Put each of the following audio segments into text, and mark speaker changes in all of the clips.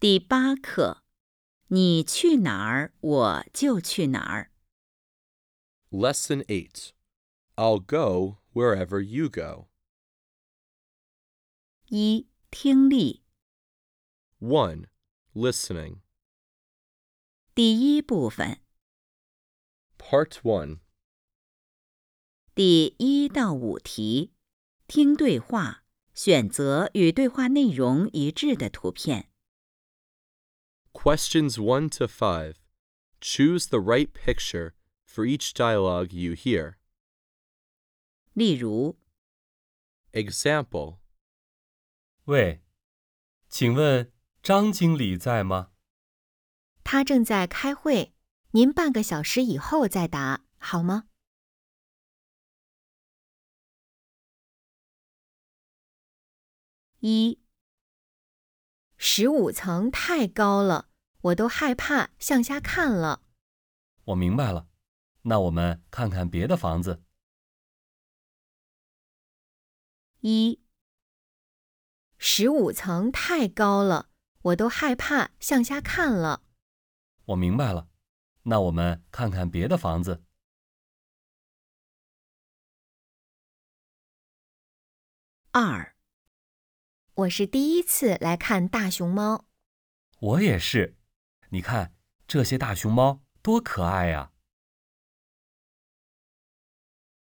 Speaker 1: 第八课，你去哪儿，我就去哪儿。
Speaker 2: Lesson 8 I'll go wherever you go.
Speaker 1: 一、听力
Speaker 2: 1. Listening.
Speaker 1: 第一部分
Speaker 2: Part 1.
Speaker 1: 第一到五题，听对话，选择与对话内容一致的图片。
Speaker 2: Questions 1 to 5. Choose the right picture for each dialogue you hear.
Speaker 1: 例如，
Speaker 2: Example
Speaker 3: 喂，请问张经理在吗？
Speaker 4: 他正在开会，您半个小时以后再答好吗？
Speaker 1: 一、
Speaker 4: 十五层太高了，我都害怕向下看了。
Speaker 3: 我明白了，那我们看看别的房子。
Speaker 1: 一、
Speaker 4: 十五层太高了，我都害怕向下看了。
Speaker 3: 我明白了，那我们看看别的房子。
Speaker 1: 二、
Speaker 4: 我是第一次来看大熊猫，
Speaker 3: 我也是，你看这些大熊猫多可爱呀、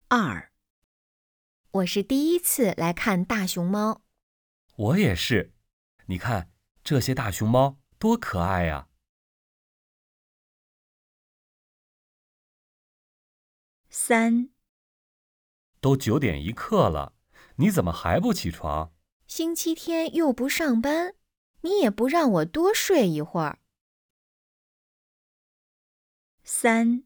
Speaker 1: 二、
Speaker 4: 我是第一次来看大熊猫。
Speaker 3: 我也是，你看这些大熊猫多可爱呀、
Speaker 1: 三、
Speaker 3: 都九点一刻了，你怎么还不起床？
Speaker 4: 星期天又不上班，你也不让我多睡一会儿。
Speaker 1: 三、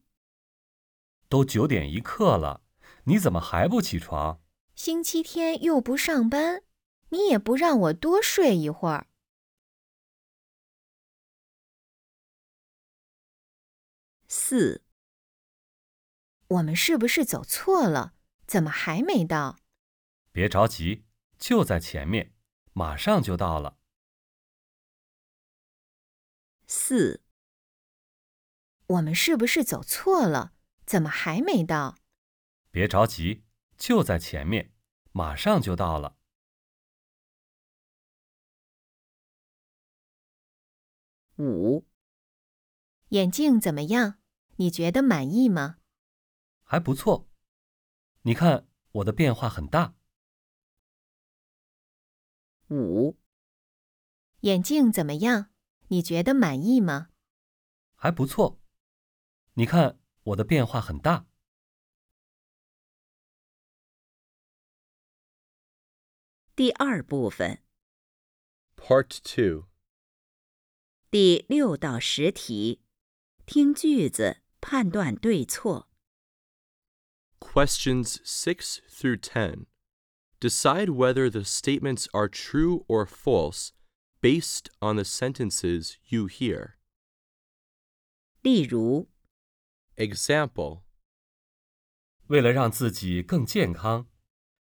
Speaker 3: 都九点一刻了，你怎么还不起床？
Speaker 4: 星期天又不上班，你也不让我多睡一会儿。
Speaker 1: 四、
Speaker 4: 我们是不是走错了？怎么还没到？
Speaker 3: 别着急，就在前面，马上就到了。
Speaker 1: 四、
Speaker 4: 我们是不是走错了？怎么还没到？
Speaker 3: 别着急，就在前面，马上就到了。
Speaker 1: 五、
Speaker 4: 眼镜怎么样？你觉得满意吗？
Speaker 3: 还不错，你看我的变化很大。
Speaker 1: 五、
Speaker 4: 眼镜怎么样？你觉得满意吗？
Speaker 3: 还不错。你看我的变化很大。
Speaker 1: 第二部分
Speaker 2: Part 2.
Speaker 1: 第六到十题，听句子判断对错。
Speaker 2: Questions 6 through 10. Decide whether the statements are true or false based on the sentences you hear.
Speaker 1: 例如，
Speaker 2: Example
Speaker 3: 为了让自己更健康，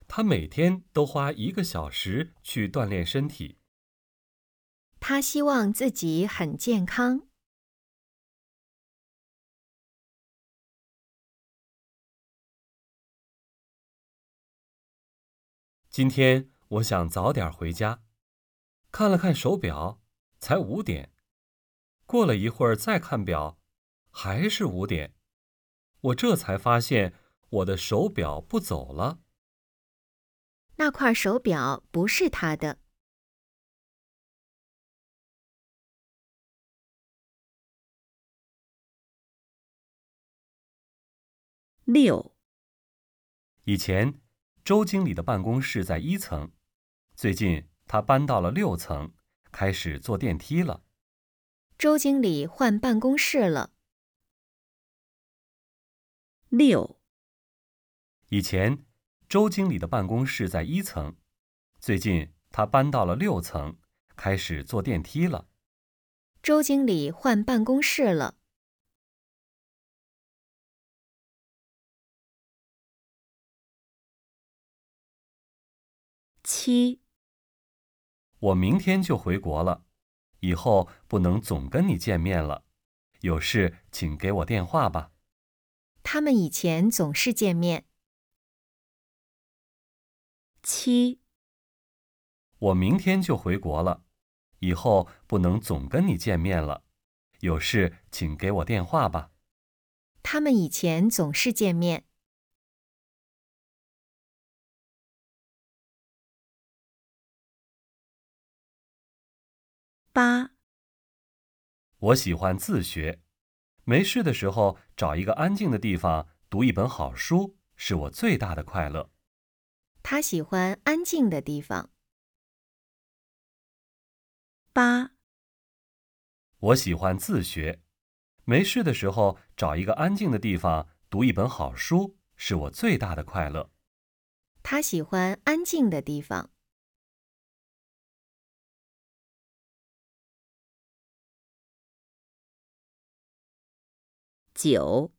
Speaker 3: 他每天都花一个小时去锻炼身体。
Speaker 4: 他希望自己很健康。
Speaker 3: 今天我想早点回家，看了看手表，才五点。过了一会儿再看表，还是五点。我这才发现我的手表不走了。
Speaker 4: 那块手表不是他的。
Speaker 1: 六、
Speaker 3: 以前周经理的办公室在一层，最近他搬到了六层，开始坐电梯了。
Speaker 4: 周经理换办公室了。
Speaker 1: 六、
Speaker 3: 以前周经理的办公室在一层，最近他搬到了六层，开始坐电梯了。
Speaker 4: 周经理换办公室了。
Speaker 1: 七、
Speaker 3: 我明天就回国了，以后不能总跟你见面了，有事请给我电话吧。
Speaker 4: 他们以前总是见面。
Speaker 1: 七、
Speaker 3: 我明天就回国了，以后不能总跟你见面了，有事请给我电话吧。
Speaker 4: 他们以前总是见面。
Speaker 1: 八、
Speaker 3: 我喜欢自学，没事的时候找一个安静的地方读一本好书，是我最大的快乐。
Speaker 4: 他喜欢安静的地方。
Speaker 1: 八、
Speaker 3: 我喜欢自学，没事的时候找一个安静的地方读一本好书，是我最大的快乐。
Speaker 4: 他喜欢安静的地方。
Speaker 1: 九、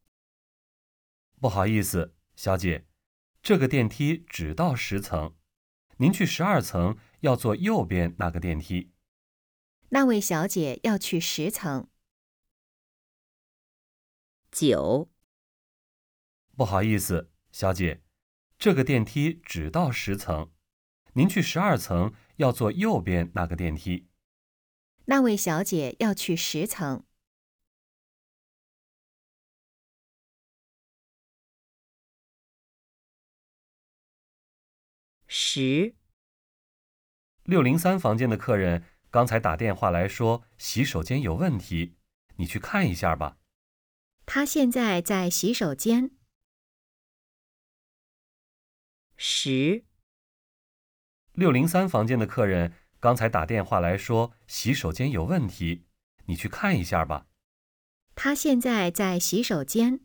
Speaker 3: 不好意思，小姐，这个电梯只到十层，您去十二层要坐右边那个电梯。
Speaker 4: 那位小姐要去十层。
Speaker 1: 九、
Speaker 3: 不好意思，小姐，这个电梯只到十层，您去十二层要坐右边那个电梯。
Speaker 4: 那位小姐要去十层。
Speaker 1: 十、
Speaker 3: 六零三房间的客人刚才打电话来说洗手间有问题，你去看一下吧。
Speaker 4: 他现在在洗手间。
Speaker 1: 十、
Speaker 3: 六零三房间的客人刚才打电话来说洗手间有问题，你去看一下吧。
Speaker 4: 他现在在洗手间。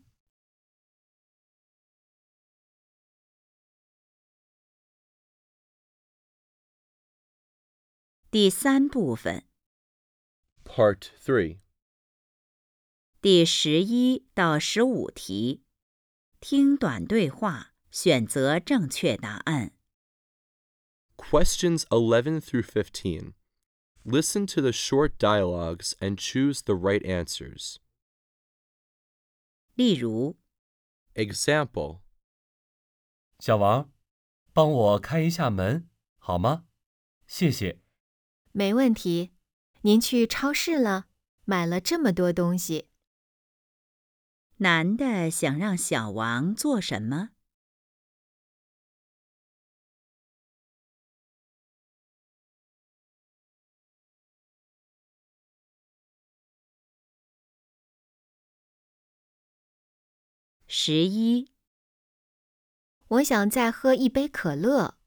Speaker 1: 第三部分
Speaker 2: Part 3.
Speaker 1: 第十一到十五题，听短对话，选择正确答案。
Speaker 2: Questions 11 through 15. Listen to the short dialogues and choose the right answers.
Speaker 1: 例如，
Speaker 2: Example
Speaker 3: 小王，帮我开一下门好吗？谢谢。
Speaker 4: 没问题，您去超市了，买了这么多东西。
Speaker 1: 男的想让小王做什么？十一、
Speaker 4: 我想再喝一杯可乐。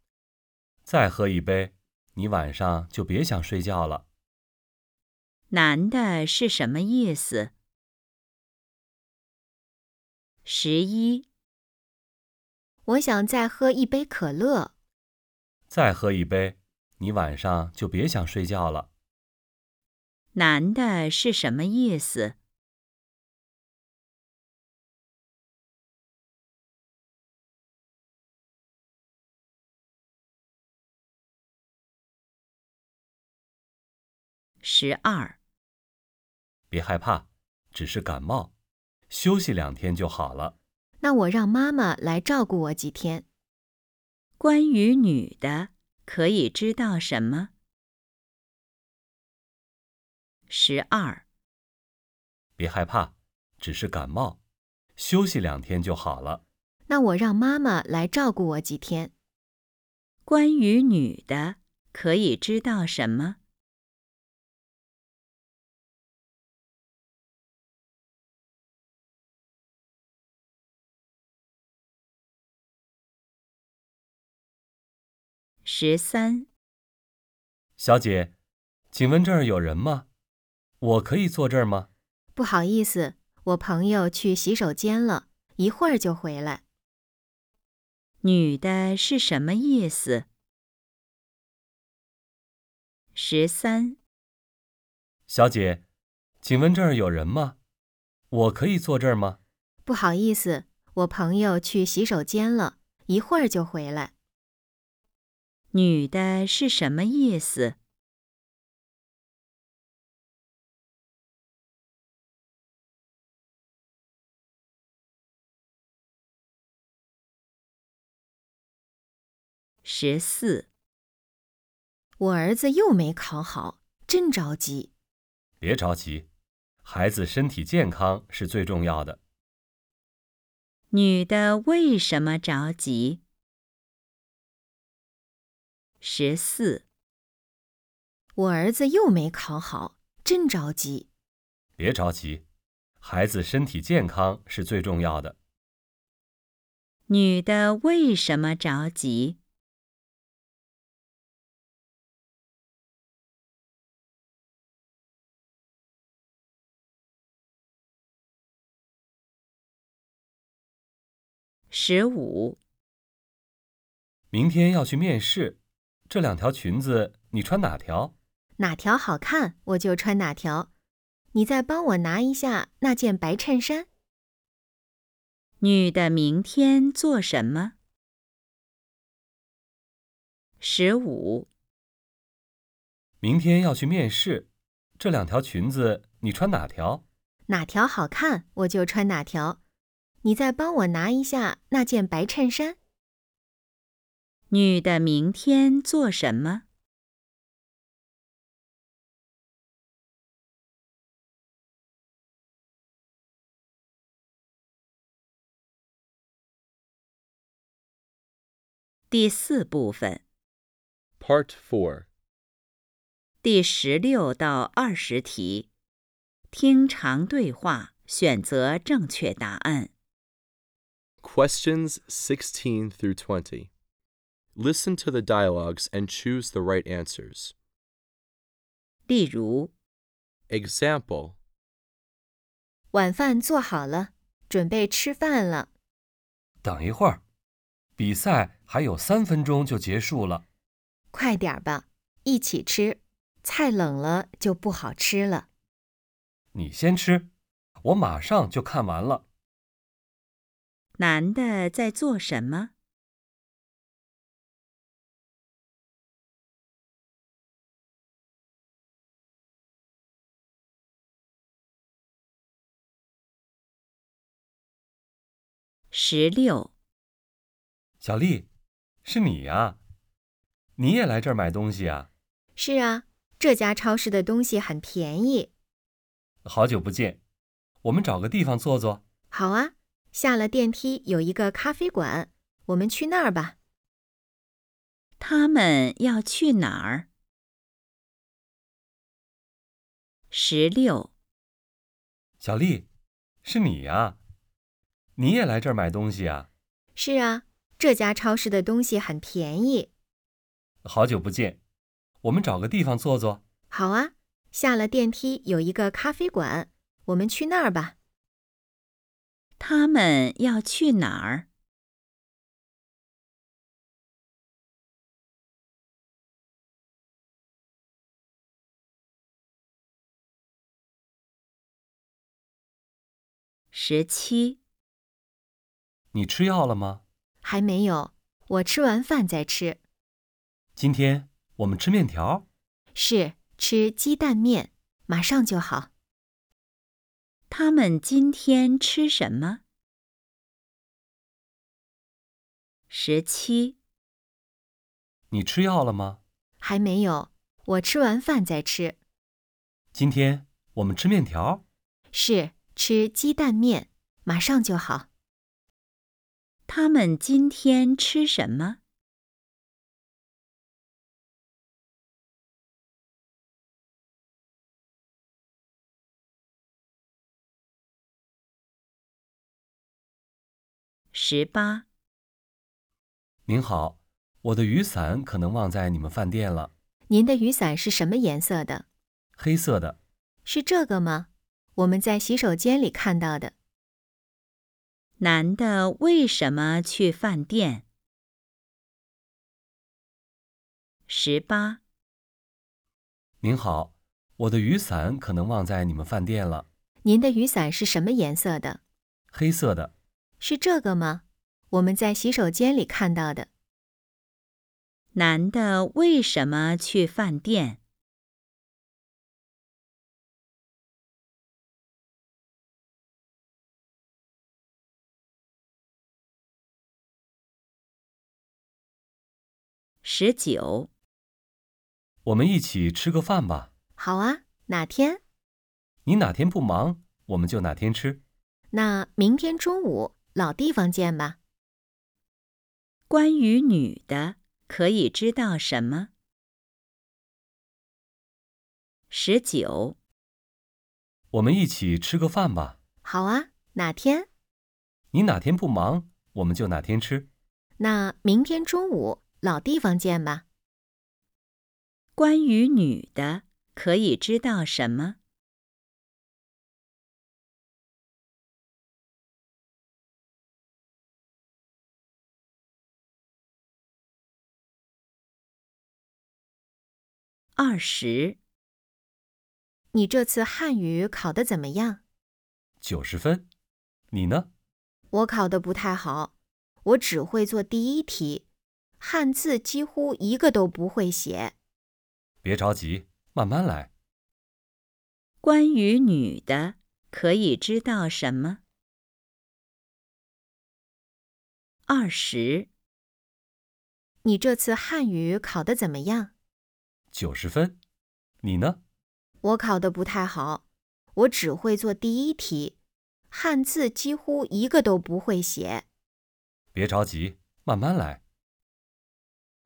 Speaker 3: 再喝一杯，你晚上就别想睡觉了。
Speaker 1: 男的是什么意思？十一、
Speaker 4: 我想再喝一杯可乐。
Speaker 3: 再喝一杯，你晚上就别想睡觉了。
Speaker 1: 男的是什么意思？十二、
Speaker 3: 别害怕，只是感冒，休息两天就好了。
Speaker 4: 那我让妈妈来照顾我几天。
Speaker 1: 关于女的可以知道什么？十二、
Speaker 3: 别害怕，只是感冒，休息两天就好了。
Speaker 4: 那我让妈妈来照顾我几天。
Speaker 1: 关于女的可以知道什么？十三、
Speaker 3: 小姐，请问这儿有人吗？我可以坐这儿吗？
Speaker 4: 不好意思，我朋友去洗手间了，一会儿就回来。
Speaker 1: 女的是什么意思？十三、
Speaker 3: 小姐，请问这儿有人吗？我可以坐这儿吗？
Speaker 4: 不好意思，我朋友去洗手间了，一会儿就回来。
Speaker 1: 女的是什么意思？十四、
Speaker 4: 我儿子又没考好，真着急。
Speaker 3: 别着急，孩子身体健康是最重要的。
Speaker 1: 女的为什么着急？十四、
Speaker 4: 我儿子又没考好，真着急。
Speaker 3: 别着急，孩子身体健康是最重要的。
Speaker 1: 女的为什么着急？十五、
Speaker 3: 明天要去面试，这两条裙子你穿哪条？
Speaker 4: 哪条好看我就穿哪条。你再帮我拿一下那件白衬衫。
Speaker 1: 女的明天做什么？十五、
Speaker 3: 明天要去面试，这两条裙子你穿哪条？
Speaker 4: 哪条好看我就穿哪条。你再帮我拿一下那件白衬衫。
Speaker 1: 女的明天做什么？第四部分
Speaker 2: Part 4.
Speaker 1: 第十六到二十题，听长对话，选择正确答案。
Speaker 2: Questions 16 through 20. Listen to the dialogues and choose the right answers.
Speaker 1: 例如，
Speaker 2: Example
Speaker 4: 晚饭做好了，准备吃饭了。
Speaker 3: 等一会儿，比赛还有三分钟就结束了。
Speaker 4: 快点儿吧，一起吃。菜冷了就不好吃了。
Speaker 3: 你先吃，我马上就看完了。
Speaker 1: 男的在做什么？十六、
Speaker 3: 小丽，是你呀、你也来这儿买东西啊？
Speaker 4: 是啊，这家超市的东西很便宜。
Speaker 3: 好久不见，我们找个地方坐坐。
Speaker 4: 好啊，下了电梯有一个咖啡馆，我们去那儿吧。
Speaker 1: 他们要去哪儿？十六、
Speaker 3: 小丽，是你呀、你也来这儿买东西啊？
Speaker 4: 是啊，这家超市的东西很便宜。
Speaker 3: 好久不见，我们找个地方坐坐。
Speaker 4: 好啊，下了电梯有一个咖啡馆，我们去那儿吧。
Speaker 1: 他们要去哪儿？十七、
Speaker 3: 你吃药了吗？
Speaker 4: 还没有，我吃完饭再吃。
Speaker 3: 今天我们吃面条。
Speaker 4: 是吃鸡蛋面，马上就好。
Speaker 1: 他们今天吃什么？十七、
Speaker 3: 你吃药了吗？
Speaker 4: 还没有，我吃完饭再吃。
Speaker 3: 今天我们吃面条。
Speaker 4: 是吃鸡蛋面，马上就好。
Speaker 1: 他们今天吃什么？十八、
Speaker 3: 您好，我的雨伞可能忘在你们饭店了，
Speaker 4: 您的雨伞是什么颜色的？
Speaker 3: 黑色的。
Speaker 4: 是这个吗？我们在洗手间里看到的。
Speaker 1: 男的为什么去饭店？十八、
Speaker 3: 您好，我的雨伞可能忘在你们饭店了，
Speaker 4: 您的雨伞是什么颜色的？
Speaker 3: 黑色的。
Speaker 4: 是这个吗？我们在洗手间里看到的。
Speaker 1: 男的为什么去饭店？十九，
Speaker 3: 我们一起吃个饭吧。
Speaker 4: 好啊，哪天？
Speaker 3: 你哪天不忙，我们就哪天吃。
Speaker 4: 那明天中午老地方见吧。
Speaker 1: 关于女的可以知道什么？十九，
Speaker 3: 我们一起吃个饭吧。
Speaker 4: 好啊，哪天？
Speaker 3: 你哪天不忙，我们就哪天吃。
Speaker 4: 那明天中午老地方见吧。
Speaker 1: 关于女的可以知道什么？二十，
Speaker 4: 你这次汉语考得怎么样？
Speaker 3: 九十分，你呢？
Speaker 4: 我考得不太好，我只会做第一题，汉字几乎一个都不会写。
Speaker 3: 别着急，慢慢来。
Speaker 1: 关于女的可以知道什么？二十，
Speaker 4: 你这次汉语考得怎么样？
Speaker 3: 九十分，你呢？
Speaker 4: 我考得不太好，我只会做第一题，汉字几乎一个都不会写。
Speaker 3: 别着急，慢慢来。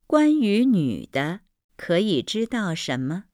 Speaker 1: 关于女的可以知道什么？